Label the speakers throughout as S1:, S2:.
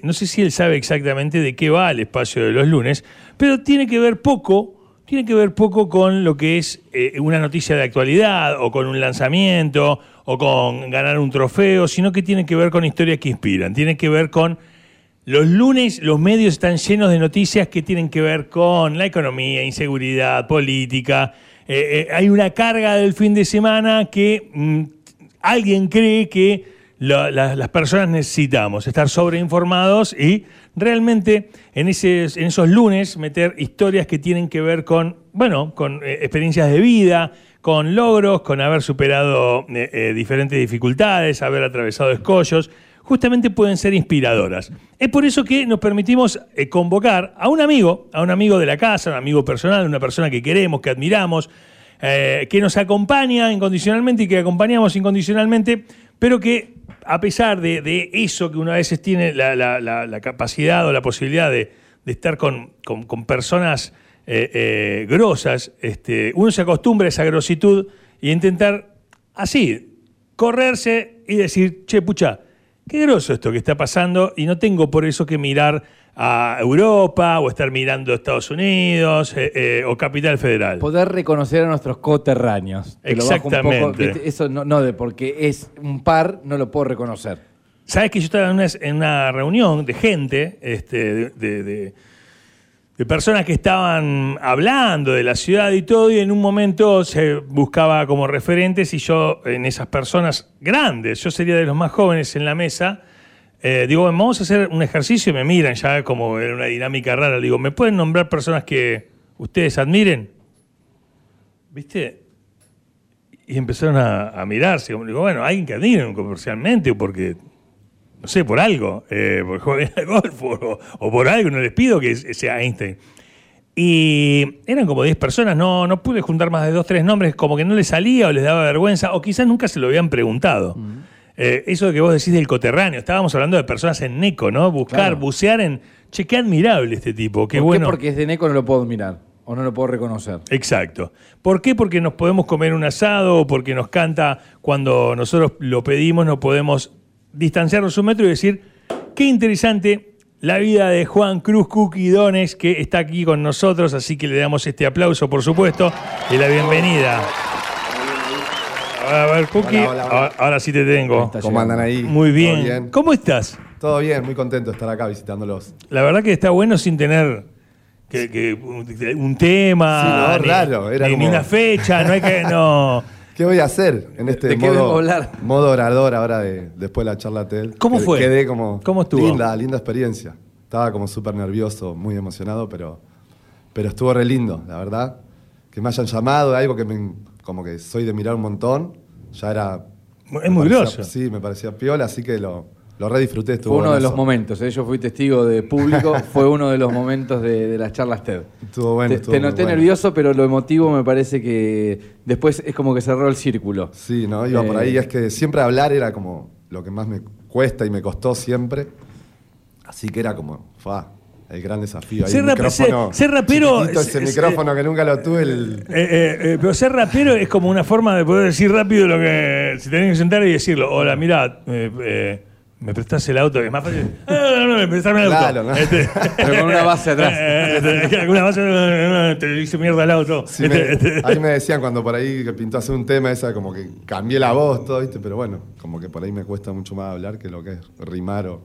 S1: no sé si él sabe exactamente de qué va el espacio de los lunes, pero tiene que ver poco, tiene que ver poco con lo que es eh, una noticia de actualidad o con un lanzamiento o con ganar un trofeo, sino que tiene que ver con historias que inspiran, tiene que ver con los lunes los medios están llenos de noticias que tienen que ver con la economía, inseguridad, política. Eh, eh, hay una carga del fin de semana que mm, alguien cree que la- la- las personas necesitamos, estar sobreinformados y realmente en, ese- en esos lunes meter historias que tienen que ver con, bueno, con eh, experiencias de vida, con logros, con haber superado eh, eh, diferentes dificultades, haber atravesado escollos justamente pueden ser inspiradoras. Es por eso que nos permitimos eh, convocar a un amigo, a un amigo de la casa, un amigo personal, una persona que queremos, que admiramos, eh, que nos acompaña incondicionalmente y que acompañamos incondicionalmente, pero que a pesar de, de eso que una veces tiene la, la- la- la capacidad o la posibilidad de, de estar con, con- con personas eh, eh, grosas, este, uno se acostumbra a esa grositud y a intentar así, correrse y decir, che, pucha, qué groso esto que está pasando y no tengo por eso que mirar a Europa o estar mirando a Estados Unidos eh, eh, o Capital Federal.
S2: Poder reconocer a nuestros coterráneos. Te lo bajo un poco,
S1: Exactamente.
S2: ¿viste? Eso no, no de porque es un par, no lo puedo reconocer.
S1: Sabes que yo estaba en una, en una reunión de gente, este, de, de- de- de personas que estaban hablando de la ciudad y todo, y en un momento se buscaba como referentes, y yo, en esas personas grandes, yo sería de los más jóvenes en la mesa, eh, digo, "Bueno, vamos a hacer un ejercicio y me miran ya como en una dinámica rara. Le digo, ¿me pueden nombrar personas que ustedes admiren? ¿Viste? Y empezaron a, a mirarse. Como digo, bueno, alguien que admiren comercialmente, porque, no sé, por algo, eh, por jugar al golf o, o por algo, no les pido que sea Einstein. Y eran como 10 personas, no, no pude juntar más de dos, tres nombres, como que no les salía o les daba vergüenza, o quizás nunca se lo habían preguntado. Eh, eso que vos decís del coterráneo, estábamos hablando de personas en Neco, ¿no? Buscar,
S2: Claro.
S1: bucear en. Che, qué admirable este tipo, qué
S2: ¿Por
S1: bueno.
S2: qué? Porque es de Neco no lo puedo mirar o no lo puedo reconocer.
S1: Exacto. ¿Por qué? Porque nos podemos comer un asado, o porque nos canta cuando nosotros lo pedimos, no podemos distanciarnos un metro y decir, qué interesante la vida de Juan Cruz Cuquidones, que está aquí con nosotros, así que le damos este aplauso, por supuesto, y la bienvenida. A ver, Cuqui,
S3: Hola, hola, hola.
S1: ahora- ahora sí te tengo.
S2: Ahí está
S3: ¿Cómo andan ahí?
S1: Muy bien.
S3: ¿Todo bien?
S1: ¿Cómo estás?
S3: Todo bien, muy contento de estar acá visitándolos.
S1: La verdad que está bueno sin tener que, que un un tema,
S3: Sí, no, raro, era
S1: ni- ni
S3: como-
S1: una fecha, no hay que no.
S3: ¿Qué voy a hacer en este
S2: ¿De qué vengo
S3: modo,
S2: a hablar?
S3: modo orador ahora de, después de la charla TED?
S1: ¿Cómo
S3: Que-
S1: fue?
S3: Quedé como
S1: ¿Cómo estuvo?
S3: linda, linda experiencia. Estaba como súper nervioso, muy emocionado, pero, pero estuvo re lindo, la verdad. Que me hayan llamado, algo que me, como que soy de mirar un montón, ya era...
S1: Es
S3: me
S1: muy
S3: parecía-
S1: groso.
S3: Sí, me parecía piola, así que lo, lo re disfruté. Estuvo
S2: Fue uno de
S3: buenazo.
S2: los momentos, ¿eh? yo fui testigo de público, fue uno de los momentos de, de las charlas TED.
S3: Estuvo bueno,
S2: te,
S3: estuvo
S2: te
S3: muy
S2: noté
S3: bueno.
S2: nervioso, pero lo emotivo me parece que después es como que cerró el círculo.
S3: Sí, ¿no? Iba por
S2: Eh,
S3: ahí. Es que siempre hablar era como lo que más me cuesta y me costó siempre. Así que era como, fa, el gran desafío. Ahí
S1: Ser
S3: el
S1: rap-
S3: micrófono.
S1: ser- ser rapero
S3: chiquitito,
S1: es-
S3: Ese
S1: es-
S3: micrófono que nunca lo tuve. el-
S1: Eh, eh, eh, pero ser rapero es como una forma de poder decir rápido lo que. Si tenés que sentar y decirlo, hola, mirá, eh, eh, me prestás el auto, que es más fácil. "Ah, No, no, no, prestarme el auto. Este,
S3: Claro, ¿no?
S2: Pero con una base atrás.
S1: Eh, eh, eh, con una base, no, no, no, te hice mierda el auto. Este,
S3: sí me- ahí me decían cuando por ahí que pintó hacer un tema, esa como que cambié la voz, todo, ¿viste? Pero bueno, como que por ahí me cuesta mucho más hablar que lo que es rimar o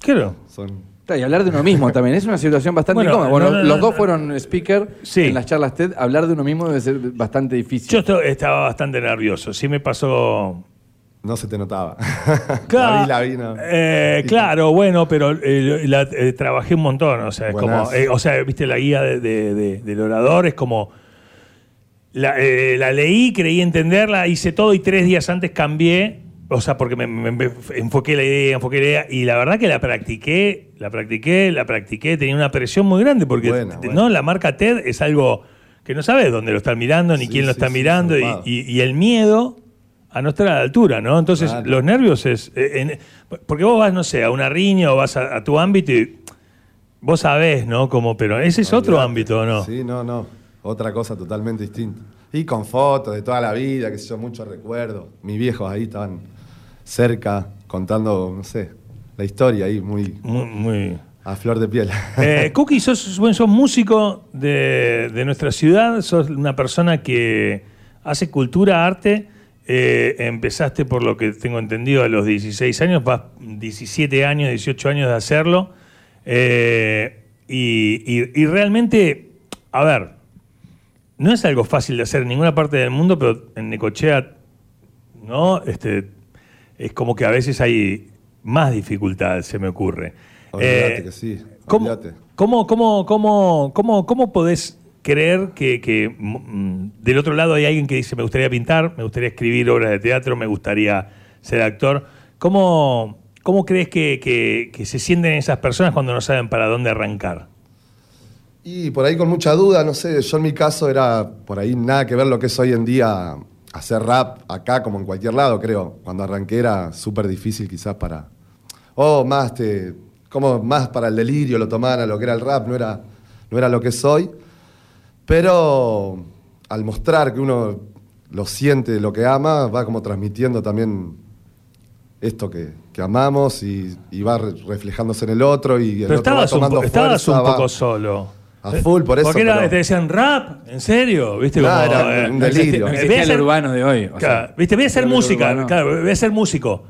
S1: Claro.
S3: son.
S2: Claro, Y hablar de uno mismo también, es una situación bastante
S1: Bueno,
S2: incómoda. Bueno,
S1: no, no,
S2: los
S1: no,
S2: dos
S1: no.
S2: fueron speaker
S1: Sí.
S2: en las charlas TED, hablar de uno mismo debe ser bastante difícil.
S1: Yo esto- estaba bastante nervioso. Sí me pasó
S3: No se te notaba.
S1: Claro,
S3: la vi, la vi, no.
S1: eh,
S3: Sí.
S1: claro, bueno, pero eh, la- eh, trabajé un montón. O sea, es como,
S3: Buenas.
S1: eh, o sea, viste, la guía de- de- de- del orador es como. La, eh, la leí, creí entenderla, hice todo y tres días antes cambié. O sea, porque me, me- me enfoqué la idea, enfoqué la idea. Y la verdad que la practiqué, la practiqué, la practiqué. Tenía una presión muy grande porque
S3: Buena,
S1: t-
S3: buena.
S1: no la marca TED es algo que no sabes dónde lo están mirando, ni
S3: Sí,
S1: quién lo
S3: sí,
S1: está
S3: sí,
S1: mirando. y-
S3: zarpado.
S1: y, y el miedo a no estar a la altura, ¿no? Entonces,
S3: Claro.
S1: los nervios es. eh, en- porque vos vas, no sé, a una riña o vas a, a tu ámbito y vos sabés, ¿no? Como, pero ese es otro
S3: Olvidate.
S1: ámbito, ¿no?
S3: Sí, no, no. Otra cosa totalmente distinta. Y con fotos de toda la vida, que sé yo, muchos recuerdos. Mis viejos ahí estaban cerca contando, no sé, la historia ahí muy
S1: Muy, muy.
S3: a flor de piel.
S1: Eh, Cookie, sos, sos- sos músico de, de nuestra ciudad, sos una persona que hace cultura, arte. Eh, empezaste, por lo que tengo entendido, a los 16 años, vas 17 años, 18 años de hacerlo. Eh, y, y- y realmente, a ver, no es algo fácil de hacer en ninguna parte del mundo, pero en Necochea, ¿no? Este, es como que a veces hay más dificultades, se me ocurre.
S3: Olvídate
S1: Eh,
S3: que sí,
S1: ¿Cómo,
S3: olvídate.
S1: cómo, cómo, cómo, cómo, cómo podés creer que, que, mm, del otro lado hay alguien que dice me gustaría pintar, me gustaría escribir obras de teatro, me gustaría ser actor? ¿Cómo, cómo crees que, que- que se sienten esas personas cuando no saben para dónde arrancar?
S3: Y por ahí con mucha duda, no sé, yo en mi caso era por ahí nada que ver lo que es hoy en día hacer rap acá como en cualquier lado, creo. Cuando arranqué era súper difícil quizás para... Oh, más te... Como más para el delirio lo tomaban a lo que era el rap, no era, no era lo que soy. Pero al mostrar que uno lo siente, lo que ama, va como transmitiendo también esto que, que amamos y, y va re- reflejándose en el otro y el
S1: Pero
S3: otro va
S1: estabas, un,
S3: tomando
S1: po- estabas
S3: fuerza,
S1: un
S3: va-
S1: poco solo.
S3: A full, por eso,
S1: Porque era-
S3: pero-
S1: te decían rap, ¿en serio? ¿Viste?
S3: Claro,
S1: como,
S3: era un
S1: eh,
S3: delirio.
S2: No
S1: voy a
S2: existía el
S1: hacer-
S2: urbano de hoy. o sea,
S1: Claro, viste, voy a hacer
S2: el
S1: música,
S2: urbano.
S1: claro, voy a ser músico.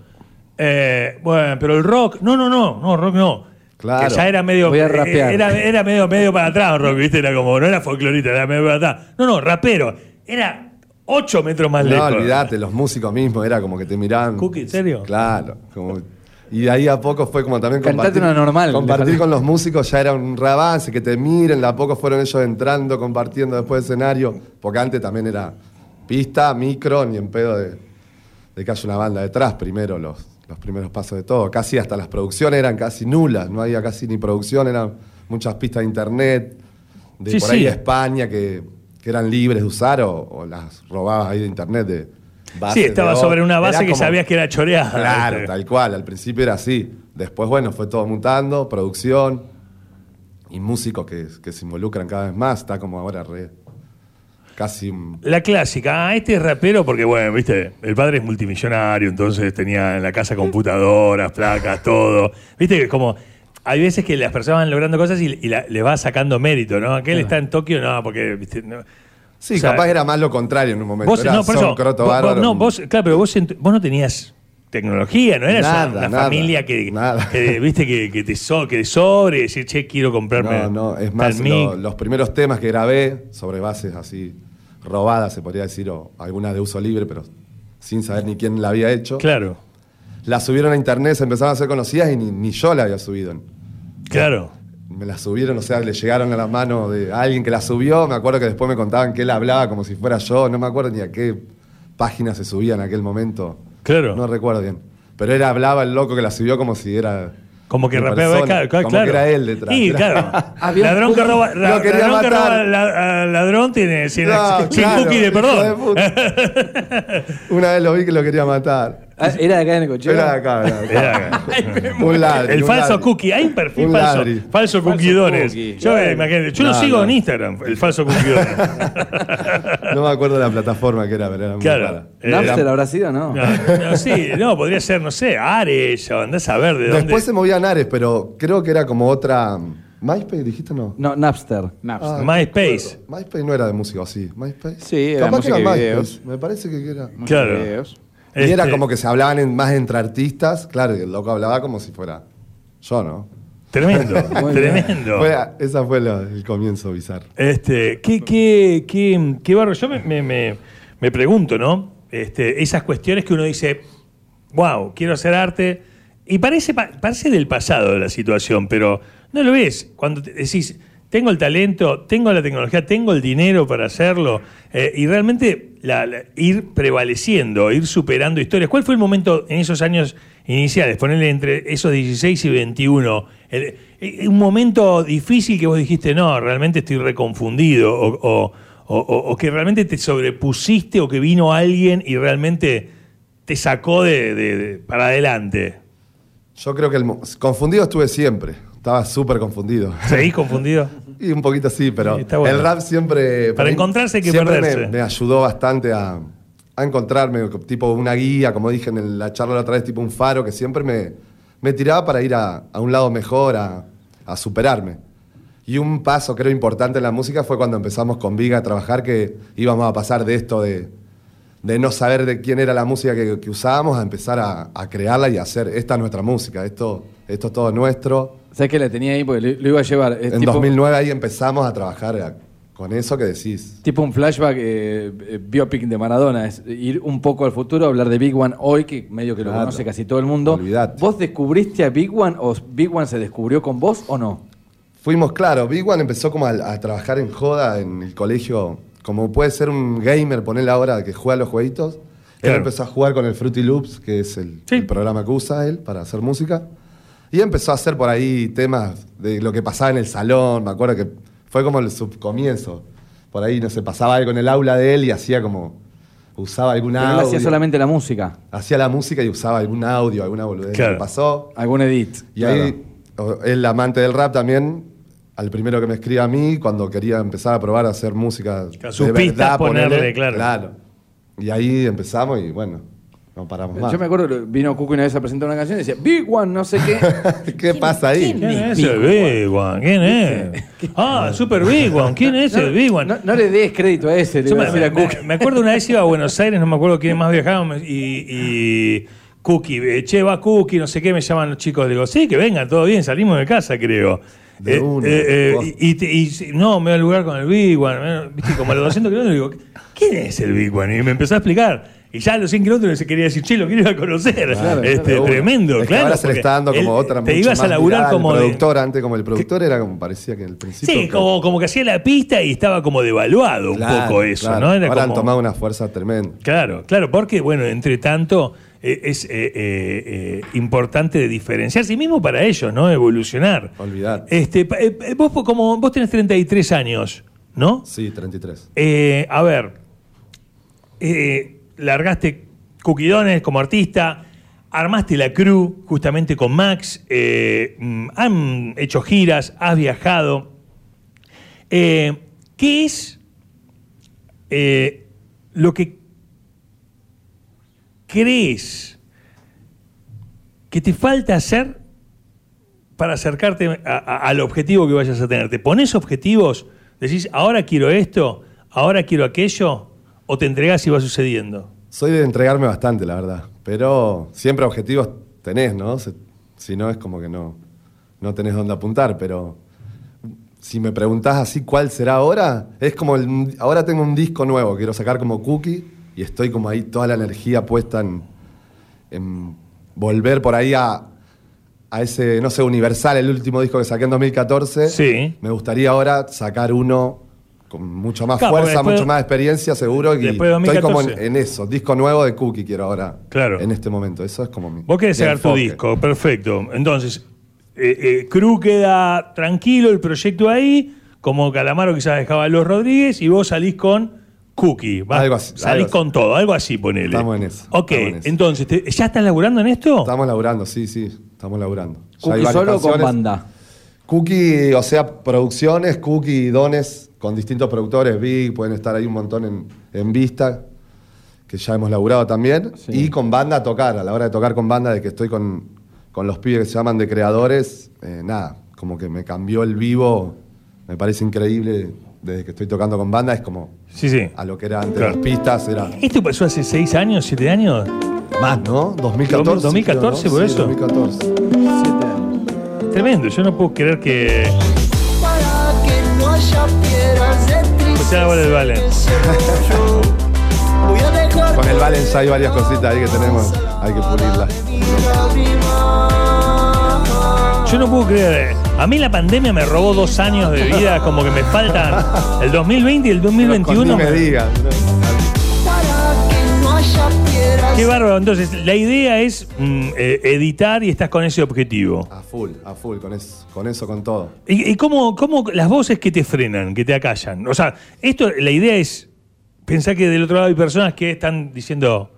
S1: Eh, bueno, pero el rock, no, no, no, no, rock no.
S3: Claro.
S1: Que ya era medio.
S2: Voy a
S1: eh,
S2: rapear.
S1: Era, era medio, medio para atrás, un rock, viste, era como, no era folclorista, era medio para atrás. No, no, rapero. Era 8 metros más
S3: No,
S1: lejos.
S3: olvídate, los músicos mismos era como que te miraban.
S1: Cookie, ¿en serio?
S3: Claro. como- y de ahí a poco fue como también
S2: Cantate una normal, le
S3: Compartir
S2: falta.
S3: con los músicos ya era un rabance, que te miren, de a poco fueron ellos entrando, compartiendo después del escenario. Porque antes también era pista, micro, ni en pedo de, de que haya una banda detrás primero, los, los primeros pasos de todo. Casi hasta las producciones eran casi nulas, no había casi ni producción, eran muchas pistas de internet, de
S1: Sí,
S3: por ahí
S1: sí.
S3: de España, que, que eran libres de usar o, o las robabas ahí de internet. De bases
S1: Sí,
S3: de
S1: estaba
S3: voz.
S1: sobre una base
S3: Era
S1: que
S3: como-
S1: sabías que era choreada.
S3: Claro,
S1: ¿viste?
S3: tal cual, al principio era así. Después, bueno, fue todo mutando, producción y músicos que, que se involucran cada vez más. Está como ahora re. casi un
S1: La clásica, ah, este es rapero porque, bueno, viste, el padre es multimillonario, entonces tenía en la casa computadoras, placas, todo. Viste que como, hay veces que las personas van logrando cosas y, y la- le va sacando mérito, ¿no? Aquel está en Tokio, no, porque, viste, no.
S3: Sí,
S1: O sea,
S3: capaz era más lo contrario en un momento.
S1: Vos,
S3: era
S1: no, por
S3: son
S1: eso,
S3: croto
S1: vos- vos-
S3: bárbaro.
S1: no, vos, claro, pero vos, en tu- vos no tenías tecnología, no eras
S3: Nada,
S1: una, una
S3: nada,
S1: familia que,
S3: nada.
S1: que, viste, que, que te so- que sobre, decir, che, quiero comprarme
S3: No, no, es
S1: tal
S3: más, lo-
S1: mic.
S3: los primeros temas que grabé sobre bases así robadas, se podría decir, o algunas de uso libre, pero sin saber ni quién la había hecho.
S1: Claro,
S3: Las subieron a internet, se empezaron a ser conocidas y ni, ni yo la había subido.
S1: claro.
S3: Me las subieron, o sea, le llegaron a la mano de alguien que la subió. Me acuerdo que después me contaban que él hablaba como si fuera yo. No me acuerdo ni a qué página se subía en aquel momento.
S1: Claro.
S3: No recuerdo bien. Pero él hablaba el loco que la subió como si era.
S1: Como que
S3: mi
S1: rapeaba,
S3: persona,
S1: claro, claro.
S3: Como que era él detrás.
S1: Y
S3: Era-
S1: claro.
S2: Había
S1: ladrón
S2: un
S1: que
S2: cookie.
S1: roba,
S3: Lo
S1: la-
S3: quería
S1: ladrón que
S3: matar.
S1: roba la- a- ladrón tiene sin,
S3: No,
S1: sin
S3: claro,
S1: cookie de
S3: hijo de
S1: perdón.
S3: puta. Una vez lo vi que lo quería matar.
S2: Ah, ¿Era de acá de Necochea?
S3: Era de acá, era de acá.
S1: Era-
S3: Un ladri,
S1: el
S3: un
S1: falso
S3: ladri.
S1: cookie, hay un perfil
S3: Un
S1: falso,
S3: ladri.
S1: falso cookidores.
S2: cookie.
S1: Yo, eh, imagínate, yo lo
S3: No,
S1: sigo
S3: no.
S1: en Instagram, el falso cookidores.
S3: No me acuerdo la plataforma que era, pero era muy
S1: Claro.
S3: rara.
S1: Eh,
S2: ¿Napster
S1: la-
S2: habrá sido o no?
S1: No, no, sí, no, podría ser, no sé, Ares, o andás a ver de dónde.
S3: Después se movían Ares, pero creo que era como otra. ¿MySpace dijiste no?
S2: No, Napster.
S3: Ah,
S1: MySpace.
S3: MySpace no era de música, ¿o sí? ¿MySpace?
S4: Sí, era
S3: Capaz que
S4: música
S3: era
S4: y
S3: MySpace.
S4: videos.
S3: Me parece que era.
S1: Claro.
S4: Videos.
S3: Y era
S1: Este,
S3: como que se hablaban en- más entre artistas. Claro, y el loco hablaba como si fuera yo, ¿no?
S1: Tremendo,
S2: Muy bien.
S1: tremendo.
S3: Fue a- esa fue la- el comienzo bizarro.
S1: Este, ¿qué, qué, qué, qué barro? Yo me, me- me- me pregunto, ¿no? Este, esas cuestiones que uno dice, wow, quiero hacer arte. Y parece, pa- parece del pasado la situación, pero no lo ves. Cuando te- decís, tengo el talento, tengo la tecnología, tengo el dinero para hacerlo, eh, y realmente la- la- ir prevaleciendo, ir superando historias. ¿Cuál fue el momento en esos años iniciales? Ponerle entre esos 16 y 21. el- eh, un momento difícil que vos dijiste, no, realmente estoy reconfundido, o, o- o- o- o que realmente te sobrepusiste, o que vino alguien y realmente te sacó de, de- de- para adelante.
S3: Yo creo que el. mo- Confundido estuve siempre. Estaba súper confundido.
S1: ¿Seguís confundido?
S3: Y un poquito sí, pero
S1: Sí, está bueno.
S3: el rap siempre...
S1: Para encontrarse hay que
S3: siempre me-
S1: perderse.
S3: Me, ayudó bastante a, a encontrarme, tipo una guía, como dije en el- la charla la otra vez, tipo un faro que siempre me, me tiraba para ir a, a un lado mejor, a, a superarme. Y un paso, creo, importante en la música fue cuando empezamos con Viga a trabajar, que íbamos a pasar de esto de, de no saber de quién era la música que, que usábamos a empezar a, a crearla y a hacer, esta es nuestra música, esto, esto es todo nuestro.
S2: ¿Sabes que la tenía ahí? Porque lo, lo iba a llevar. Es
S3: en
S2: Eh, tipo,
S3: 2009 ahí empezamos a trabajar a- con eso que decís.
S2: tipo un flashback eh, eh, biopic de Maradona. Es ir un poco al futuro, hablar de Big One hoy, que medio que lo
S3: Claro.
S2: conoce casi todo el mundo.
S3: Olvidate.
S2: ¿Vos descubriste a Big One o Big One se descubrió con vos o no?
S3: Fuimos, claro, Big One empezó como a, a trabajar en joda en el colegio, como puede ser un gamer, ponerle ahora que juega a los jueguitos.
S1: Claro.
S3: Él empezó a jugar con el Fruity Loops, que es el,
S1: Sí.
S3: el programa que usa él para hacer música. Y empezó a hacer por ahí temas de lo que pasaba en el salón, me acuerdo que fue como el subcomienzo. Por ahí, no sé, pasaba algo en el aula de él y hacía como, usaba algún
S2: Pero él
S3: audio.
S2: hacía solamente la música,
S3: Hacía la música y usaba algún audio, alguna boludez que
S1: Claro.
S3: pasó.
S2: algún edit.
S3: Y
S2: Claro.
S3: ahí, o- el amante del rap también, al primero que me escribe a mí, cuando quería empezar a probar a hacer música
S1: Sus
S3: de
S1: pistas
S3: verdad,
S1: ponerle, claro.
S3: Y ahí empezamos y bueno, no paramos más.
S2: Yo me acuerdo, que vino Cuco una vez a presentar una canción y decía, Big One, no sé qué.
S3: ¿Qué pasa ahí?
S1: ¿Quién es el Big One? ¿Quién es? Ah, Super Big One. ¿Quién es el Big One?
S2: No, no le des crédito a ese, le
S1: Yo
S2: iba a
S1: me,
S2: decir a
S1: me-
S2: Cuco.
S1: me acuerdo una vez iba a Buenos Aires, no me acuerdo quiénes más viajaban, me- y, y Cookie, eh, che, va Cookie, no sé qué, me llaman los chicos. Digo, sí, que vengan, todo bien, salimos de casa, creo. Eh,
S3: De una, posta.
S1: y, y te- y si- no, me voy al lugar con el Big One, me- viste, como a los 200 kilómetros, digo, ¿quién es el Big One? Y me empezó a explicar. Y ya a los 100 kilómetros se quería decir, che, lo quiero ir a conocer.
S2: claro,
S1: este,
S3: De una.
S1: tremendo,
S3: Es que
S1: claro.
S3: Ahora se le
S1: porque
S3: está dando como
S1: él-
S3: otra
S1: Te
S3: mucho
S1: ibas a
S3: más
S1: laburar
S3: mirada al
S1: como de,
S3: productor, antes como el productor era como parecía que en el principio.
S1: Sí, como, como que hacía la pista y estaba como devaluado un
S3: Claro,
S1: poco eso,
S3: claro.
S1: ¿no? Era
S3: ahora han
S1: como-
S3: tomado una fuerza tremenda.
S1: Claro, claro, porque, bueno, entre tanto, eh, es eh, eh, eh, importante diferenciarse, y mismo para ellos, ¿no? Evolucionar.
S3: Olvidate.
S1: Este, pa- eh, eh, vos, po- como, vos tenés 33 años, ¿no?
S3: Sí, 33.
S1: Eh, a ver, eh, largaste Cuquidones como artista, armaste la crew justamente con Max, eh, mm, han hecho giras, has viajado. Eh, ¿Qué es eh, lo que crees que te falta hacer para acercarte a- a- al objetivo que vayas a tener? ¿Te pones objetivos? ¿Decís, ahora quiero esto, ahora quiero aquello? ¿O te entregás y va sucediendo?
S3: Soy de entregarme bastante, la verdad. Pero siempre objetivos tenés, ¿no? Se- Si no, es como que no, no tenés dónde apuntar. Pero si me preguntás así cuál será ahora, es como el- ahora tengo un disco nuevo, quiero sacar como cookie y estoy como ahí toda la energía puesta en, en volver por ahí a, a ese, no sé, Universal, el último disco que saqué en 2014.
S1: Sí.
S3: Me gustaría ahora sacar uno con mucho más
S1: Claro, porque
S3: fuerza,
S1: después-
S3: mucho más experiencia, seguro. Y
S1: Después de
S3: estoy como
S1: 2014.
S3: en, en eso, disco nuevo de Cookie quiero ahora.
S1: Claro.
S3: En este momento, eso es como mi.
S1: Vos querés
S3: mi
S1: sacar tu
S3: enfoque.
S1: disco, perfecto. Entonces, eh, eh, Cruz queda tranquilo, el proyecto ahí, como Calamaro quizás dejaba a los Rodríguez, y vos salís con Cookie. vas-
S3: Algo así,
S1: Salís
S3: algo así.
S1: con todo, algo así, ponele.
S3: Estamos en eso,
S1: Ok,
S3: estamos en eso.
S1: entonces, ¿te- ¿ya estás laburando en esto?
S3: Estamos laburando, sí, sí, estamos laburando. Ya hay
S2: Cookie
S3: varias
S2: solo o con
S3: canciones.
S2: banda.
S3: Cookie, o sea, producciones, Cookie y Dones con distintos productores, Big, pueden estar ahí un montón en, en vista, que ya hemos laburado también.
S2: Sí.
S3: Y con banda a tocar, a la hora de tocar con banda, de que estoy con, con los pibes que se llaman de creadores, eh, nada, como que me cambió el vivo, me parece increíble desde que estoy tocando con banda, es como
S1: Sí, sí.
S3: a lo que era antes,
S1: Claro.
S3: las pistas, era
S1: ¿Esto pasó hace 6 años, 7 años?
S3: más, ¿no? 2014.
S1: 2014,
S3: creo,
S1: por
S3: ¿no?
S1: eso.
S3: Sí, 2014.
S2: Siete años.
S1: Tremendo, yo no puedo creer que.
S4: para que no haya piedras de
S1: Escuchá,
S4: tristeza.
S1: vale, vale.
S4: en el cielo. Voy a dejar
S3: Con el Valencia hay varias cositas ahí que tenemos, hay que pulirlas.
S4: lágrimas.
S1: Yo no puedo creer. eh. A mí la pandemia me robó dos años de vida, como que me faltan el 2020 y el 2021.
S3: Ni me digas.
S4: Para que no haya piedras
S1: Qué bárbaro. Entonces, la idea es mm, eh, editar y estás con ese objetivo.
S3: A full, a full, con eso, con eso, con todo.
S1: ¿Y, y cómo, cómo las voces que te frenan, que te acallan? O sea, esto, la idea es pensar que del otro lado hay personas que están diciendo,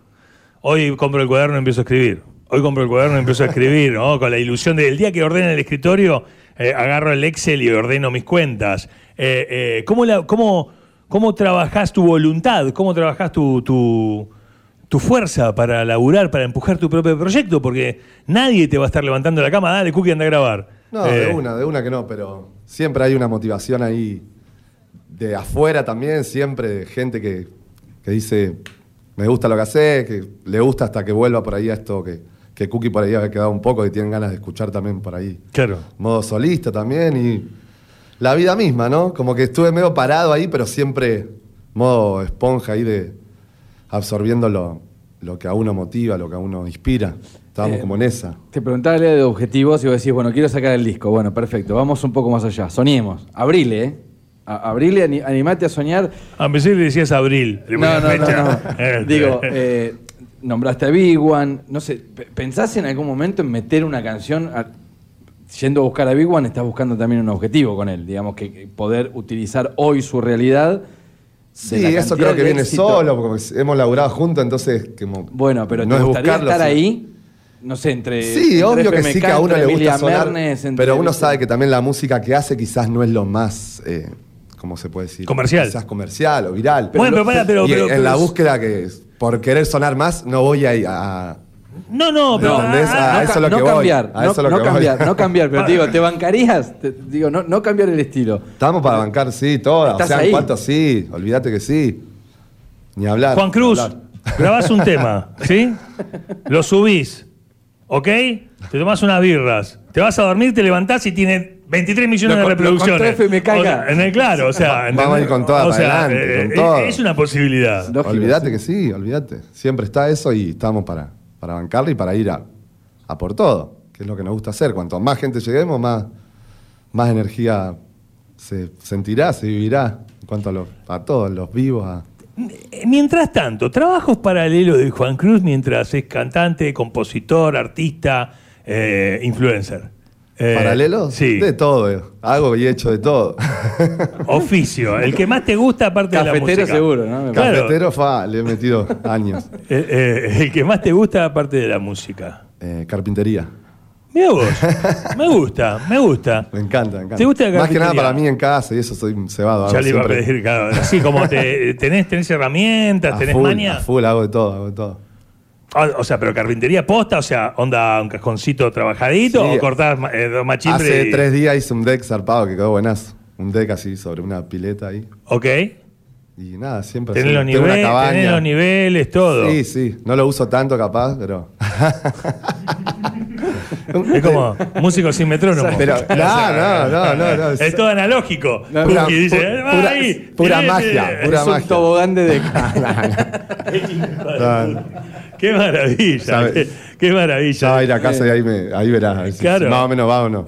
S1: hoy compro el cuaderno y empiezo a escribir. Hoy compro el cuaderno y empiezo a escribir, ¿no? Con la ilusión del día que ordena el escritorio, eh, agarro el Excel y ordeno mis cuentas. Eh, eh, ¿cómo, la- cómo, ¿Cómo trabajás tu voluntad? ¿Cómo trabajás tu, tu, tu fuerza para laburar, para empujar tu propio proyecto, porque nadie te va a estar levantando la cama, dale, Cookie, anda a grabar.
S3: No,
S1: Eh,
S3: de una, de una que no, pero siempre hay una motivación ahí de afuera también, siempre de gente que, que dice, me gusta lo que hace, que le gusta hasta que vuelva por ahí a esto, que, que Cookie por ahí había quedado un poco, que tienen ganas de escuchar también por ahí.
S1: Claro.
S3: Modo solista también y la vida misma, ¿no? Como que estuve medio parado ahí, pero siempre modo esponja ahí de absorbiendo lo, lo que a uno motiva, lo que a uno inspira. Estábamos
S2: Eh,
S3: como en esa.
S2: Te preguntaba Lea, de objetivos y vos decís, bueno, quiero sacar el disco. Bueno, perfecto, vamos un poco más allá. Soñemos. Abrile, ¿eh? A- Abrile, ani- animate a soñar.
S1: A veces le decías abril. Le
S2: No,
S1: ponías
S2: no, no,
S1: fecha.
S2: no. Digo, eh, nombraste a Big One. No sé, pe- ¿pensás en algún momento en meter una canción? a- yendo a buscar a Big One, estás buscando también un objetivo con él. Digamos que que poder utilizar hoy su realidad. de
S3: Sí,
S2: la
S3: eso
S2: cantidad
S3: creo que
S2: de
S3: viene
S2: éxito-
S3: solo, porque hemos laburado juntos, entonces como
S2: Bueno, pero
S3: no
S2: te
S3: es
S2: gustaría
S3: buscarlo,
S2: estar
S3: sino-
S2: ahí. No sé, entre.
S3: Sí,
S2: Eh, entre
S3: obvio que
S2: FMK,
S3: sí, que a uno
S2: entre
S3: le gusta
S2: Emilia
S3: sonar,
S2: Mernes, entre-
S3: pero uno sabe que también la música que hace quizás no es lo más, eh, ¿cómo se puede decir?
S1: Comercial.
S3: Quizás comercial o viral.
S1: Bueno, pero para, pero-
S3: Y
S1: pero-
S3: en
S1: pero-
S3: la búsqueda que es, por querer sonar más, no voy ahí a... a-
S1: no, no, pero.
S3: ¿entendés?
S1: ah,
S3: Ah,
S1: ah,
S3: eso
S2: ca-
S3: es lo que
S2: no
S3: voy,
S2: cambiar,
S3: a
S2: no,
S3: eso es lo
S2: no
S3: que voy.
S2: cambiar, no cambiar, pero te digo, ¿te bancarías? Te- digo, no, no cambiar el estilo.
S3: Estamos para bancar, sí, todas. O
S2: Estás
S3: sea,
S2: ahí.
S3: en cuanto sí, olvídate que sí. Ni hablar.
S1: ah, Juan
S3: ni
S1: Cruz,
S3: hablar.
S1: grabás un tema, ¿sí? Lo subís, ¿ok? Te tomás unas birras, te vas a dormir, te levantás y tiene 23 millones
S2: Lo
S1: de
S2: con- lo contó
S1: reproducciones.
S2: FMK
S1: O sea, en el- claro, o sea, en-
S3: Vamos a ir con toda
S1: o
S3: para
S1: sea,
S3: adelante, con
S1: eh,
S3: todo.
S1: es una posibilidad.
S2: Lógico,
S3: olvídate
S2: sí.
S3: que sí, olvídate. Siempre está eso y estamos para, para bancarlo y para ir a, a por todo, que es lo que nos gusta hacer. Cuanto más gente lleguemos, más, más energía se sentirá, se vivirá. En cuanto a, los- a todos, los vivos, a-
S1: Eh, Mientras tanto, trabajos paralelos de Juan Cruz mientras es cantante, compositor, artista, eh, influencer. Eh,
S3: paralelos,
S1: Sí.
S3: de todo. eh. Hago y hecho de todo.
S1: Oficio, el que más te gusta aparte de la
S2: Cafetero
S1: música.
S2: seguro, ¿no? Me
S1: Claro,
S3: Cafetero, fa, le he metido años.
S1: eh, eh, el que más te gusta aparte de la música.
S3: Eh, carpintería.
S1: Mira vos, me gusta, me gusta.
S3: Me encanta, me encanta.
S1: ¿Te gusta la
S3: Más que nada
S1: carpintería?
S3: para mí en casa y eso soy un cebado. hago
S1: Ya le iba a
S3: siempre
S1: pedir, claro, así como te, tenés, tenés herramientas,
S3: a
S1: tenés
S3: full,
S1: maña.
S3: a full, hago de todo, hago de todo.
S1: Ah, O sea, pero carpintería posta, o sea, onda un cajoncito trabajadito
S3: Sí.
S1: o cortás ma- eh, dos machimbres.
S3: Hace
S1: y-
S3: tres días hice un deck zarpado que quedó buenazo. Un deck así sobre una pileta ahí.
S1: Ok.
S3: Y nada, siempre
S1: Tenés
S3: así.
S1: los,
S3: Pues Tengo
S1: niveles,
S3: una
S1: tenés los niveles, todo.
S3: Sí, sí. No lo uso tanto capaz, pero.
S1: Es como músico sin metrónomo.
S3: Pero-
S1: O sea,
S3: no, no, no, no, no.
S1: Es todo analógico. Cookie
S3: No, pura-
S1: dice, "Eh,
S3: pu-
S1: "Va
S3: pura-
S1: ahí,
S3: pura
S1: tirate".
S3: magia, pura-
S2: Es un
S3: magia.
S2: tobogán de
S3: Claro.
S1: Qué maravilla,
S3: Sabe-
S1: qué, qué
S3: Ya va a
S1: maravilla.
S3: ir a casa y ahí, me, ahí verás. a ver si-
S1: Claro.
S3: si más o menos va o no.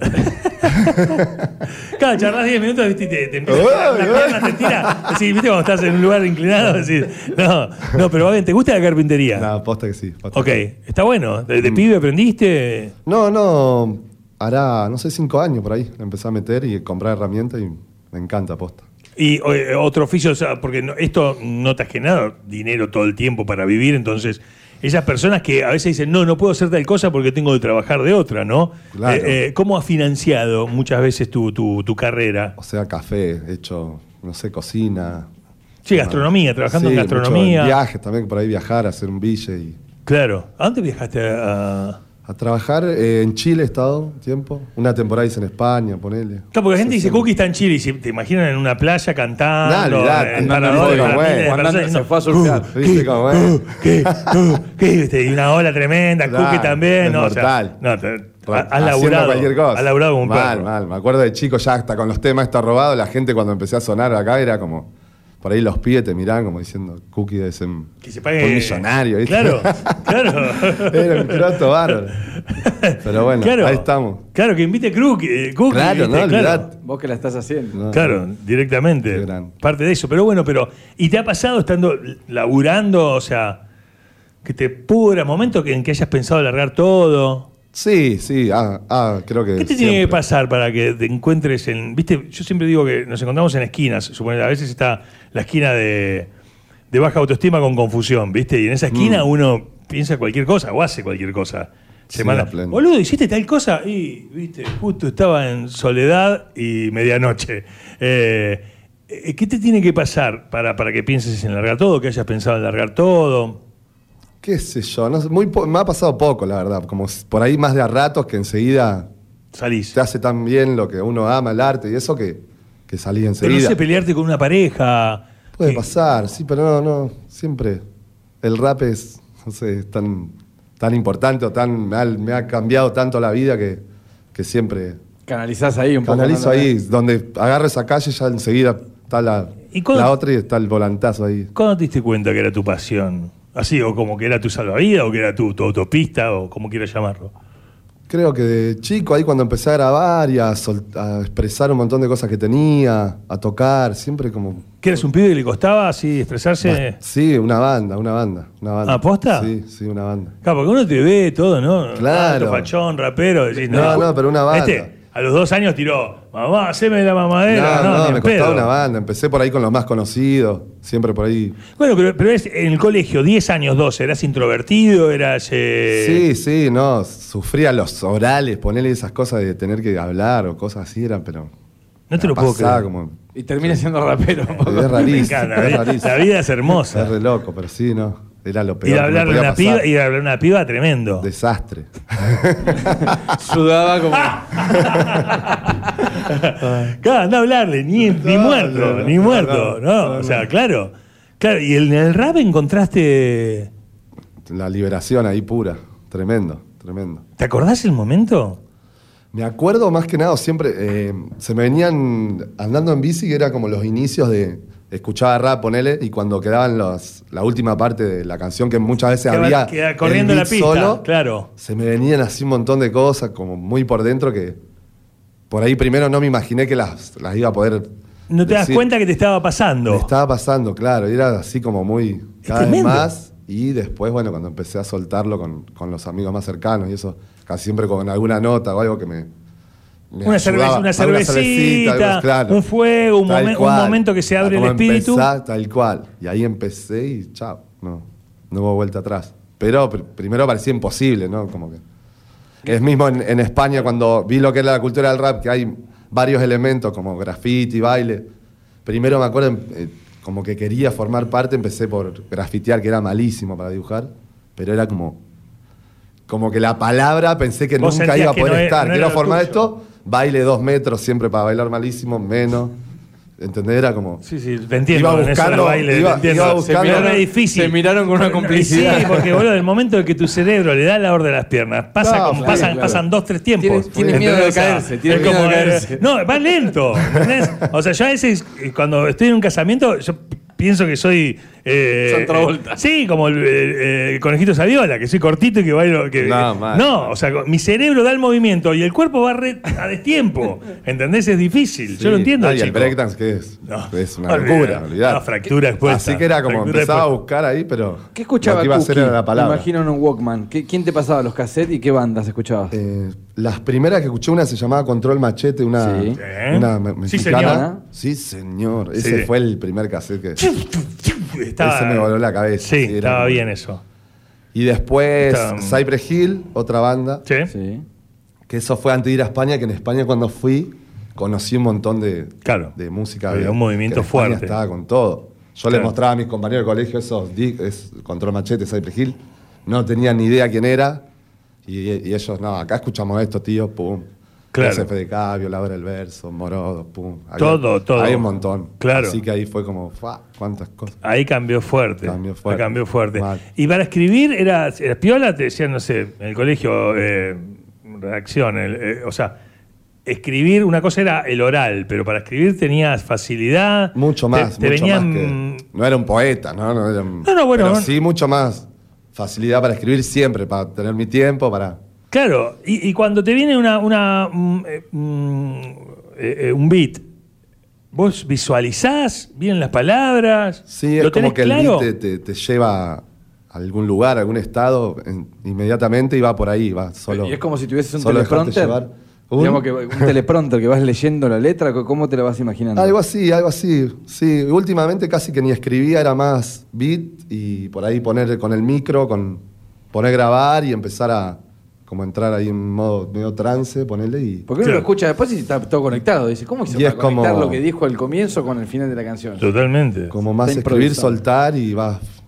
S1: Cada charlas 10 minutos, viste, y te, te empieza a tirar
S3: Uy,
S1: la
S3: uy.
S1: pierna, te tira. Así, viste, cuando estás en un lugar inclinado, decís, no, no, pero va bien, ¿te gusta la carpintería?
S3: Nada, posta que sí. posta.
S1: Ok, está bueno. ¿De,
S3: Mm.
S1: de pibe aprendiste?
S3: No, no. Hará, no sé, cinco años por ahí. Empecé a meter y comprar herramientas y me encanta, posta.
S1: Y eh, otro oficio, o sea, porque no- esto no te has generado dinero todo el tiempo para vivir, entonces esas personas que a veces dicen, no, no puedo hacer tal cosa porque tengo que trabajar de otra, ¿no?
S3: Claro.
S1: Eh, eh, ¿Cómo has financiado muchas veces tu, tu, tu carrera?
S3: O sea, café, hecho, no sé, cocina.
S1: Sí, gastronomía, trabajando
S3: Sí,
S1: en
S3: mucho
S1: gastronomía.
S3: Viajes también, por ahí viajar, hacer un bille y.
S1: Claro. ¿A dónde viajaste? A...
S3: A trabajar eh, en Chile he estado un tiempo. Una temporada hice en España, ponele.
S1: Claro, porque la gente dice, Cookie está en Chile, y se- te imaginan en una playa cantando,
S3: No, olvidate,
S1: en
S3: andando
S1: paradores,
S3: en bola,
S1: para
S3: güey,
S1: miles de
S2: andando,
S1: personas,
S2: se
S1: no.
S2: fue a surfear.
S1: Uh,
S3: ¿Viste cómo es?
S1: ¿Qué? Uh, ¿Qué? Viste, Y una ola tremenda,
S3: Claro,
S1: Cookie también.
S3: es
S1: No, O sea,
S3: mortal.
S1: no, te- ha- has
S3: Haciendo
S1: laburado.
S3: cualquier cosa.
S1: Has laburado como un
S3: mal,
S1: perro.
S3: mal. Me acuerdo de chico, ya hasta con los temas está robado. La gente cuando empecé a sonar acá era como. Por ahí los pibes te miraban como diciendo, Cookie de ser un
S1: Que se pague.
S3: un millonario, ¿viste?
S1: Claro, claro.
S3: era un troto bárbaro. Pero bueno,
S1: Claro.
S3: ahí estamos.
S1: Claro, que invite Cookie. eh, Cookie, ¿viste?
S3: Claro, no,
S1: claro.
S3: olvidate.
S2: Vos que la estás haciendo.
S3: No,
S1: Claro,
S3: Qué
S1: directamente.
S3: grande.
S1: Parte de eso. Pero bueno, pero. ¿Y te ha pasado estando laburando? O sea, que te pudra momentos que, en que hayas pensado largar todo.
S3: Sí, sí, ah, ah, creo que.
S1: ¿Qué te tiene que
S3: siempre.
S1: pasar para que te encuentres en. Viste, yo siempre digo que nos encontramos en esquinas. Suponer, a veces está la esquina de, de baja autoestima con confusión, ¿viste? Y en esa esquina uno piensa cualquier cosa o hace cualquier cosa.
S3: Mm. Sí,
S1: Semana.
S3: a pleno.
S1: Boludo, hiciste tal cosa y, viste, justo estaba en soledad y medianoche. Eh, eh, ¿Qué te tiene que pasar para, para que pienses en largar todo, que hayas pensado en largar todo?
S3: qué sé yo, no sé, muy po- me ha pasado poco, la verdad, como s- por ahí más de a ratos que enseguida
S1: Salís.
S3: te hace tan bien lo que uno ama, el arte y eso que, que salís
S1: Pero no
S3: enseguida.
S1: sé pelearte con una pareja.
S3: Puede
S1: que-
S3: pasar, sí, pero no, no, siempre el rap es, no sé, es tan, tan importante o tan, me ha, me ha cambiado tanto la vida que, que siempre
S2: Canalizás ahí un poco.
S3: canalizo
S2: ¿no?
S3: ahí, donde agarro esa calle ya enseguida está la,
S1: ¿Y cuándo-
S3: la otra y está el volantazo ahí.
S1: ¿Cuándo te diste cuenta que era tu pasión? Así, o como que era tu salvavidas, o que era tu, tu autopista, o como quieras llamarlo.
S3: Creo que de chico, ahí cuando empecé a grabar y a, sol- a expresar un montón de cosas que tenía, a tocar, siempre como...
S1: ¿Que eras un pibe que le costaba así expresarse?
S3: Sí, una banda, una banda, una banda.
S1: ¿Ah, posta?
S3: Sí, sí, una banda.
S1: Claro, porque uno te ve todo, ¿no?
S3: Claro.
S1: Alto, fachón, rapero. decís,
S3: No, no, pero una banda.
S1: Este, a los dos años tiró, mamá, haceme la mamadera. No,
S3: no,
S1: ni en
S3: me costaba
S1: pedo.
S3: una banda. Empecé por ahí con los más conocidos, siempre por ahí.
S1: Bueno, pero, pero es en el colegio, 10 años, 12, ¿eras introvertido? ¿Eras...? eh,
S3: Sí, sí, no, sufría los orales, ponerle esas cosas de tener que hablar o cosas así eran, pero...
S1: No te
S3: la
S1: lo puedo
S3: pasaba
S1: creer.
S3: como-
S2: Y termina siendo rapero. un poco.
S3: es
S1: Me
S3: rarísimo,
S1: encanta,
S3: es
S1: la, vida-
S3: rarísimo.
S1: la vida es hermosa.
S3: Es re loco, pero sí, no. Era lo peor.
S1: Ir
S3: que
S1: a
S3: me
S1: hablarle a
S3: podía
S1: una
S3: pasar.
S1: piba, ir a hablar a una piba tremendo.
S3: Desastre.
S2: Sudaba como.
S1: Claro, anda a hablarle, ni, ni
S3: No,
S1: muerto,
S3: no, no,
S1: ni
S3: no,
S1: muerto,
S3: no,
S1: ¿no?
S3: no,
S1: o
S3: no.
S1: sea, claro. Claro, y en el rap encontraste.
S3: La liberación ahí pura. Tremendo, tremendo.
S1: ¿Te acordás el momento?
S3: Me acuerdo más que nada, siempre eh, se me venían andando en bici, que era como los inicios de. Escuchaba rap, ponele, y cuando quedaban los, la última parte de la canción, que muchas veces
S1: Que va-
S3: había.
S1: que va
S3: el
S1: corriendo la
S3: beat
S1: pista, claro.
S3: Se me venían así un montón de cosas, como muy por dentro, que por ahí primero no me imaginé que las, las iba a poder.
S1: No te das
S3: decir.
S1: cuenta que te estaba
S3: Me
S1: pasando.
S3: estaba pasando, claro, y era así como muy
S1: Es
S3: cada vez
S1: tremendo.
S3: más. Y después, bueno, cuando empecé a soltarlo con, con los amigos más cercanos y eso, casi siempre con alguna nota o algo que me. me
S1: Una, cerve-
S3: ayudaba.
S1: una
S3: Alguna
S1: cervecita,
S3: algo- claro.
S1: un fuego, un,
S3: Tal
S1: momen- un
S3: cual.
S1: momento que se abre el
S3: Como
S1: espíritu.
S3: empezá, tal cual. Y ahí empecé y chao, no, no hubo vuelta atrás. Pero pr- primero parecía imposible, ¿no? Como que. Es mismo en, en España cuando vi lo que era la cultura del rap, que hay varios elementos como graffiti, baile. Primero me acuerdo, eh, como que quería formar parte, empecé por grafitear, que era malísimo para dibujar, pero era como, como que la palabra pensé que
S1: Vos
S3: nunca
S1: sentías
S3: iba a
S1: que
S3: poder
S1: no e-
S3: estar.
S1: no era
S3: Quiero
S1: lo
S3: formar
S1: tuyo.
S3: esto, baile dos metros siempre para bailar malísimo, menos. ¿Entendés? Era como...
S1: Sí, sí, te entiendo.
S3: Iba
S1: en eso del
S3: buscando-
S1: baile,
S3: iba-
S1: te entiendo.
S3: iba
S1: se
S3: buscando-
S1: miraron, era difícil.
S2: se miraron con una
S1: Pero-
S2: complicidad.
S1: Sí, porque, boludo, el momento en que tu cerebro le da la orden a las piernas, pasa
S3: No,
S1: como-
S3: claro,
S1: pasan,
S2: claro.
S1: pasan dos, tres tiempos.
S2: Tiene- tiene miedo
S1: ¿Entendés?
S2: de
S1: O sea,
S2: caerse, tiene
S1: es
S2: miedo
S1: como,
S2: de
S1: eh,
S2: caerse.
S1: No, va lento. ¿entendés? O sea, yo a veces, eh, cuando estoy en un casamiento, yo p- pienso que soy. Eh,
S2: Son Travolta.
S1: eh, Sí, como el, eh, eh, conejito Saviola, que soy cortito y que bailo. Que,
S3: No, mal.
S1: no, o sea, mi cerebro da el movimiento y el cuerpo va re- a destiempo. ¿Entendés? Es difícil. yo lo
S3: Sí,
S1: entiendo.
S3: no, y el
S1: chico.
S3: breakdance, que es?
S1: No,
S3: es una
S1: olvidá.
S3: locura, olvidar.
S1: No, fractura expuesta.
S3: Así que era como
S1: Fractura
S3: empezaba a
S1: expuesta.
S3: buscar ahí, pero.
S2: ¿Qué escuchaba
S3: Lo que iba a
S2: Cookie?
S3: hacer era la palabra.
S2: Me imagino en un Walkman. ¿Qué- ¿Quién te pasaba los cassettes y qué bandas escuchabas?
S3: Eh, las primeras que escuché, una se llamaba Control Machete, una,
S2: Sí.
S1: Sí.
S3: una me-
S1: ¿Eh? Sí,
S3: mexicana.
S2: señor.
S3: Sí, señor.
S1: Sí.
S3: Ese fue el primer cassette que.
S1: Estaba-
S3: Ese me voló la cabeza.
S1: Sí,
S3: Sí, era
S1: estaba
S3: muy-
S1: bien eso.
S3: Y después
S1: Está-
S3: Cypress Hill, otra banda.
S1: Sí.
S2: Sí.
S3: Que eso fue antes de ir a España, que en España cuando fui conocí un montón de,
S1: Claro.
S3: de música.
S1: Había
S3: de-
S1: un movimiento
S3: que en España
S1: fuerte.
S3: Estaba con todo. Yo
S1: Claro.
S3: le mostraba a mis compañeros de colegio esos di- es, Control Machete, Cypress Hill. No tenían ni idea quién era. Y, y ellos, no, acá escuchamos esto, tío, pum.
S1: Claro.
S3: SF de Cabio, La Hora del Verso, Morodo, pum. Había-
S1: Todo, todo.
S3: Hay un montón.
S1: Claro.
S3: Así que ahí fue como, fa, cuántas cosas.
S1: Ahí cambió fuerte.
S3: Cambió fuerte.
S1: Ahí cambió fuerte.
S3: Mal.
S1: Y para escribir, era, era piola, te decían, no sé, en el colegio, eh, redacción, el, eh, o sea, escribir, una cosa era el oral, pero para escribir tenías facilidad.
S3: Mucho
S1: Te-
S3: más,
S1: te
S3: mucho
S1: venían-
S3: más que. No era un poeta, ¿no? No, era un-
S1: No, no, bueno,
S3: pero
S1: no-
S3: sí, mucho más facilidad para escribir siempre, para tener mi tiempo, para.
S1: Claro, y, y cuando te viene una, una, mm, eh, mm, eh, eh, un beat, vos visualizás, vienen las palabras.
S3: Sí,
S1: ¿Lo
S3: es como
S1: tenés
S3: que
S1: claro?
S3: el beat te, te- te lleva a algún lugar, a algún estado, en- inmediatamente y va por ahí, va solo.
S2: y es como si tuvieses un
S3: solo dejarte
S2: teleprompter.
S3: llevar. Un-
S2: Digamos que un teleprompter que vas leyendo la letra, co- ¿cómo te la vas imaginando?
S3: Algo así, algo así. Sí, últimamente casi que ni escribía, era más beat y por ahí poner con el micro, con poner grabar y empezar a como entrar ahí en modo medio trance, ponerle y
S2: Porque uno
S1: Claro.
S2: lo escucha después y está todo conectado. Dice, ¿cómo hizo
S3: Y
S2: para
S3: es como-
S2: conectar lo que dijo al comienzo con el final de la canción?
S1: Totalmente.
S3: como más
S2: Está
S3: escribir,
S2: improvisado.
S3: soltar y va y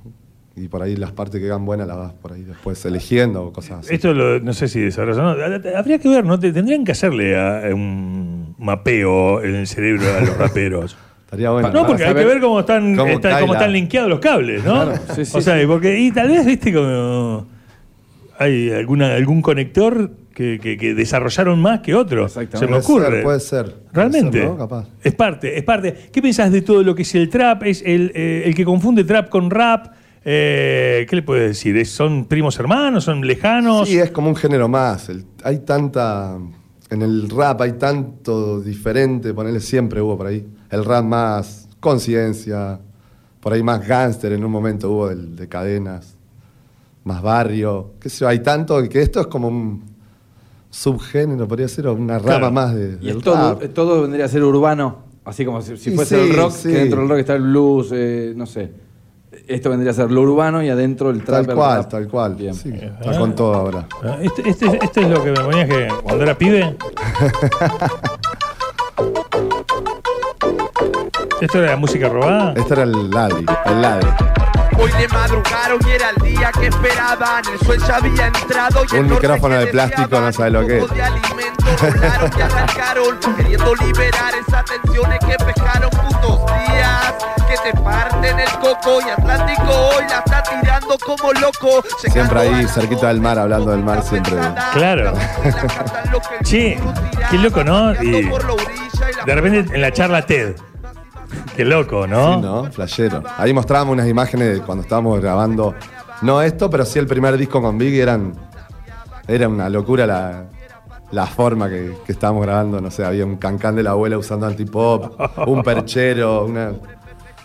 S3: y por ahí las partes que quedan buenas las vas por ahí después eligiendo o cosas así.
S1: Esto lo- no sé si desarrolla. no. Ha- Habría que ver, ¿no? Te- Tendrían que hacerle a- eh, un mapeo en el cerebro a los raperos.
S3: Estaría bueno.
S1: No, porque hay que
S2: saber
S1: ver cómo están,
S3: cómo
S1: está-
S3: cae
S1: cómo
S3: la-
S1: están linkeados los cables, ¿no?
S2: Claro, sí, sí,
S1: o sea, y porque, y tal vez, viste, como hay alguna, algún conector que, que- que desarrollaron más que otro.
S2: Exactamente.
S1: Se me
S3: Puede ser,
S1: ocurre.
S3: puede ser. Puede
S1: Realmente.
S3: ser, ¿no? Capaz.
S1: Es parte, es parte. ¿Qué pensás de todo lo que es el trap? Es el, eh, el que confunde trap con rap. Eh, ¿Qué le puedes decir? ¿Es- ¿Son primos hermanos? ¿Son lejanos?
S3: Sí, es como un género más. El- hay tanta. En el rap hay tanto diferente, ponerle siempre hubo por ahí. El rap más conciencia, por ahí más gángster en un momento hubo del- de, cadenas, más barrio. ¿Qué sé yo, Hay tanto que esto es como un subgénero, podría ser, o una rama
S1: Claro.
S3: más de,
S2: Y
S3: del
S2: es todo,
S3: rap.
S2: todo vendría a ser urbano, así como si, si
S3: Ah. Y
S2: fuese
S3: sí,
S2: el rock,
S3: sí.
S2: que dentro del rock está el blues, eh, no sé. Esto vendría a ser lo urbano y adentro el trap.
S3: Tal
S2: el
S3: cual,
S2: rap.
S3: tal cual.
S2: Bien.
S3: Sí, está con todo ahora.
S1: Ah, Este, este- este es lo que me ponías que cuando era pibe. ¿Esto era la música robada?
S3: Este era el Lali, el Lali.
S5: Hoy le madrugaron y era el día que esperaban. El sol ya había entrado y el
S3: Un
S5: norte
S3: micrófono
S5: que
S3: de plástico,
S5: deseaban.
S3: no sabe lo
S5: Un
S3: que
S5: poco
S3: es.
S5: de alimento volaron y arrancaron, queriendo liberar esas tensiones que pescaron putos días. Que te parten el coco y Atlántico hoy la está tirando como loco.
S3: Siempre ahí,
S5: Llegando a la
S3: cerquita del mar, hablando del mar, siempre.
S1: Claro. Che, qué loco, ¿no? Y De repente en la charla TED. Qué loco,
S2: Ah.
S1: ¿no?
S3: Sí, ¿no? Flashero. Ahí mostrábamos unas imágenes de cuando estábamos grabando. No esto, pero sí el primer disco con Big eran. Era una locura la, la forma que, que estábamos grabando. No sé, había un cancán de la abuela usando antipop, un perchero, una.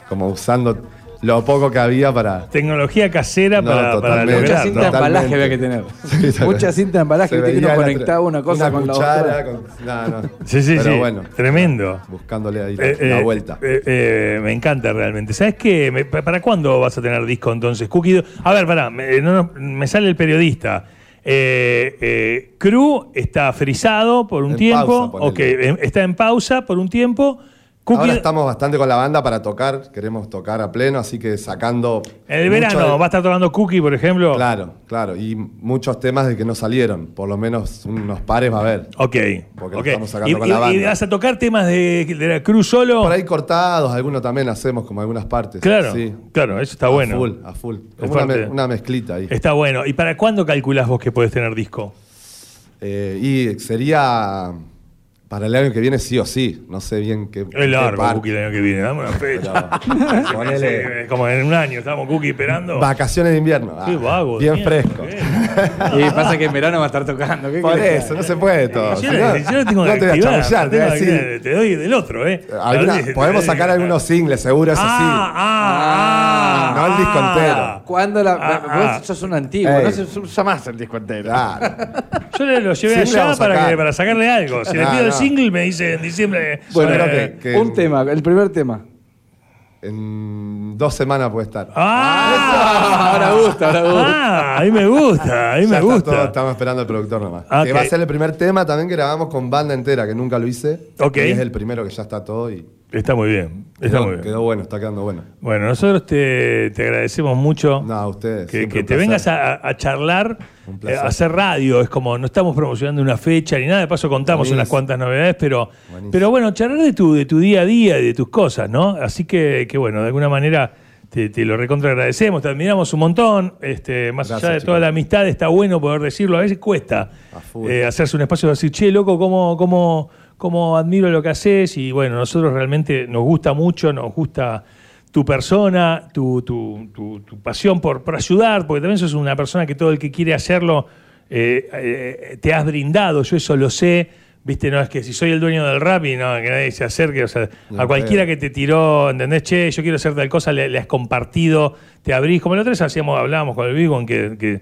S3: como usando lo poco que había para.
S1: Tecnología casera
S3: No,
S1: para, para
S3: totalmente.
S2: Mucha
S1: lograr.
S2: cinta
S1: ¿no?
S2: de embalaje había que tener. Mucha cinta de embalaje,
S3: Se
S2: viste que
S3: veía
S2: uno
S3: la-
S2: conectaba una cosa con la
S3: cuchara,
S2: otra.
S3: con- no, no.
S1: Sí, sí,
S3: Pero
S1: sí.
S3: bueno,
S1: Tremendo.
S3: buscándole ahí la,
S1: Eh,
S3: la
S1: eh,
S3: vuelta.
S1: eh, eh, me encanta realmente. ¿Sabes qué? Me- pa- ¿Para cuándo vas a tener disco entonces, Cookie? A ver, pará, me, eh, no, no, me sale el periodista. Eh, eh, Cru está frisado por un
S3: En
S1: tiempo.
S3: pausa,
S1: ok,
S3: ponele.
S1: em- está en pausa por un tiempo. Cookie-
S3: Ahora estamos bastante con la banda para tocar, queremos tocar a pleno, así que sacando.
S1: en el
S3: mucho
S1: verano
S3: de-
S1: va a estar tocando Cookie, por ejemplo.
S3: Claro, claro. Y muchos temas de que no salieron. Por lo menos unos pares va a haber.
S1: Ok.
S3: Porque lo
S1: ok.
S3: estamos sacando
S1: y,
S3: con la
S1: y-
S3: banda.
S1: y vas a tocar temas de, de la Cruz solo.
S3: Por ahí cortados, algunos también hacemos como algunas partes.
S1: claro,
S3: Sí.
S1: claro, eso está
S3: a
S1: bueno.
S3: full, a full.
S1: Es
S3: Como una,
S1: parte-
S3: me- una mezclita ahí.
S1: Está bueno. ¿Y para cuándo calculás vos que puedes tener disco?
S3: Eh, y sería para el año que viene sí o sí. No sé bien qué.
S1: Es
S3: qué
S1: largo,
S3: parte.
S1: Cookie, el año que viene. Dame una fecha.
S3: Este Pero-
S1: Sí,
S3: Ponele
S1: es como en un año estamos Cookie esperando.
S3: Vacaciones de invierno. Ah,
S1: Qué vago.
S3: Bien
S1: mierda,
S3: fresco.
S1: ¿qué?
S2: Y pasa que en verano va a estar tocando. ¿qué
S3: Por
S2: querés que haga?
S3: eso, no se puede todo.
S1: Yo,
S3: Si no,
S1: le- yo le tengo que
S3: no te voy a
S1: activar,
S3: chamullar, te voy a
S1: tengo que-
S3: decir.
S1: te doy del otro, ¿eh?
S3: Alguna-
S1: Ahora sí,
S3: podemos
S1: te doy-
S3: sacar algunos singles, seguro, eso
S1: Ah,
S3: sí.
S1: ah, ah,
S3: No el disco
S1: ah.
S2: Cuando la,
S1: Ah,
S2: vos sos un antiguo,
S3: Ey.
S2: no se us- usa más el disco entero.
S3: Claro.
S1: Yo le- lo
S3: Sí,
S1: llevé
S3: le
S1: allá
S3: vamos a
S1: para,
S3: sacar.
S1: que- para sacarle algo. Si le
S3: No,
S1: pido el
S3: no.
S1: single, me dice en diciembre.
S3: Bueno,
S1: eh,
S3: creo que- que
S2: Un tema, el primer tema.
S3: En dos semanas puede estar.
S1: ¡Ah!
S2: ahora gusta, ahora gusta.
S1: Ah, ahí me gusta, ahí
S3: Ya
S1: me
S3: está todo,
S1: gusta.
S3: estamos esperando al productor nomás.
S1: Ah,
S3: Que
S1: ok.
S3: va a ser el primer tema también que grabamos con banda entera, que nunca lo hice.
S1: Ok.
S3: Y es el primero que ya está todo y
S1: Está muy bien, está
S3: quedó,
S1: muy bien.
S3: quedó bueno, está quedando bueno.
S1: Bueno, nosotros te, te agradecemos mucho.
S3: No, a ustedes.
S1: Que,
S3: siempre
S1: que
S3: un
S1: te
S3: placer.
S1: vengas a, a charlar,
S3: Un
S1: eh,
S3: placer.
S1: a hacer radio, es como no estamos promocionando una fecha ni nada, de paso contamos
S3: Buenísimo.
S1: unas cuantas novedades, pero,
S3: Buenísimo.
S1: pero bueno, charlar de tu, de tu día a día y de tus cosas, ¿no? Así que, que bueno, de alguna manera te, te lo recontra agradecemos, te admiramos un montón, este, más
S3: Gracias,
S1: allá de
S3: chicos.
S1: toda la amistad, está bueno poder decirlo, a veces cuesta
S3: A full.
S1: eh, hacerse un espacio de decir, che, loco, ¿cómo, cómo, cómo admiro lo que haces? Y bueno, nosotros realmente nos gusta mucho, nos gusta tu persona, tu, tu- tu- tu pasión por, por ayudar, porque también sos una persona que todo el que quiere hacerlo eh, eh, te has brindado, yo eso lo sé. Viste, no es que si soy el dueño del rap y no, que nadie se acerque, o sea, a
S3: Bien,
S1: cualquiera
S3: bien.
S1: que te tiró, ¿entendés? Che, yo quiero hacer tal cosa, le, le has compartido, te abrís. Como la otra vez hacíamos, hablábamos con el Vigo en que, que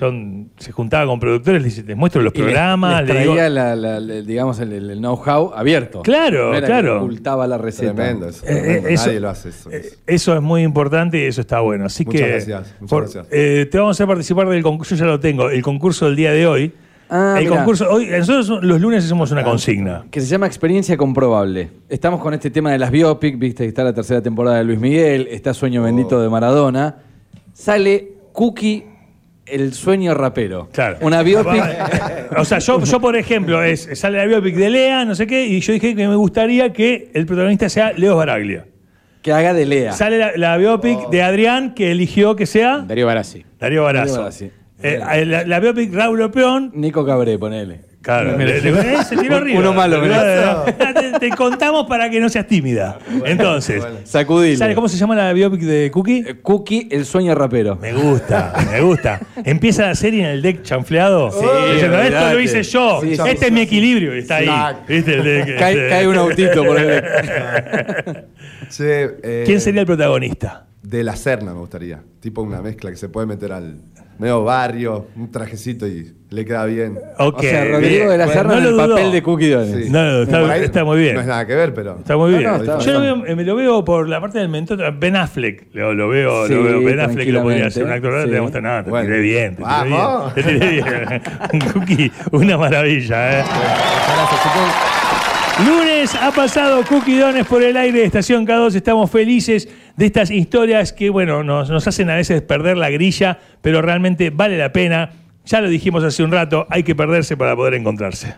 S1: John se juntaba con productores, le dice, te muestro los
S2: Y les-
S1: programas,
S2: les
S1: le digo-
S2: traía la- la- la- digamos, el, el- el know-how abierto.
S1: Claro,
S2: No era
S1: claro.
S2: Que ocultaba la receta.
S3: Tremendo, eso,
S1: Eh, eh,
S3: tremendo.
S1: eso-
S3: Nadie lo hace eso.
S1: eh, Eso es muy importante y eso está bueno. Así
S3: Muchas
S1: que
S3: gracias, muchas gracias.
S1: eh, te vamos a hacer participar del concurso, yo ya lo tengo, el concurso del día de hoy.
S2: Ah,
S1: el
S2: mirá.
S1: concurso, hoy, nosotros los lunes hacemos una consigna.
S2: Que se llama experiencia comprobable. Estamos con
S3: Oh.
S2: este tema de las biopic, viste que está la tercera temporada de Luis Miguel, está Sueño Bendito de Maradona. sale Cookie, el sueño rapero.
S1: Claro. eh,
S2: Una biopic.
S1: O sea, yo, yo, por ejemplo, es, sale la biopic de Lea, no sé qué, y yo dije que me gustaría que el protagonista sea Leo Baraglia.
S2: que haga de Lea.
S1: Sale la, la biopic
S2: Oh.
S1: de Adrián, que eligió que sea
S6: Darío Barassi.
S1: Darío Barazo.
S2: Darío Barazzi.
S1: Eh, eh, la, la biopic Raúl Opeón.
S2: Nico Cabré, ponele.
S1: Claro, le- le- eh, se tiró arriba.
S2: Uno malo, mirá.
S1: Te, te contamos para que no seas tímida. Entonces,
S2: Sacudile.
S1: ¿sabes cómo se llama la biopic de Cookie?
S2: Eh, Cookie, el sueño rapero.
S1: Me gusta, me gusta. Empieza la serie en el deck chanfleado. diciendo, esto lo
S2: olvidate.
S1: hice yo.
S2: Sí,
S1: este
S2: sí,
S1: es mi equilibrio. y Está ahí. ¿Viste? El deck,
S2: Cae,
S1: este.
S2: cae un autito, ponele.
S3: Che, eh,
S1: ¿Quién sería el protagonista?
S3: De la Serna me gustaría. Tipo una mezcla que se puede meter al medio barrio, un trajecito y le queda bien.
S1: Ok.
S2: O sea, Rodrigo de la
S1: bien.
S2: Serna
S1: No
S2: en el
S1: lo dudó.
S2: papel de Cookie Dones.
S3: Sí.
S1: No, no, está-
S3: Por ahí
S1: está muy bien.
S3: No es nada que ver, pero.
S1: Está muy
S2: No,
S1: bien.
S2: no, está
S1: Yo lo
S2: bien.
S1: veo, eh, me lo veo por la parte del mentor. Ben Affleck. Lo, lo veo,
S2: Sí,
S1: lo veo. Ben Affleck lo podría hacer. Un actor
S2: tranquilamente,
S1: le
S2: sí.
S1: gusta nada. Te
S3: Bueno.
S1: tiré bien. Te tiré bien.
S3: Vamos.
S1: Te tiré bien. Cookie, una maravilla, ¿eh? Lunes ha pasado Cookie Dones por el aire de Estación K2. Estamos felices de estas historias que, bueno, nos, nos hacen a veces perder la grilla, pero realmente vale la pena. Ya lo dijimos hace un rato, hay que perderse para poder encontrarse.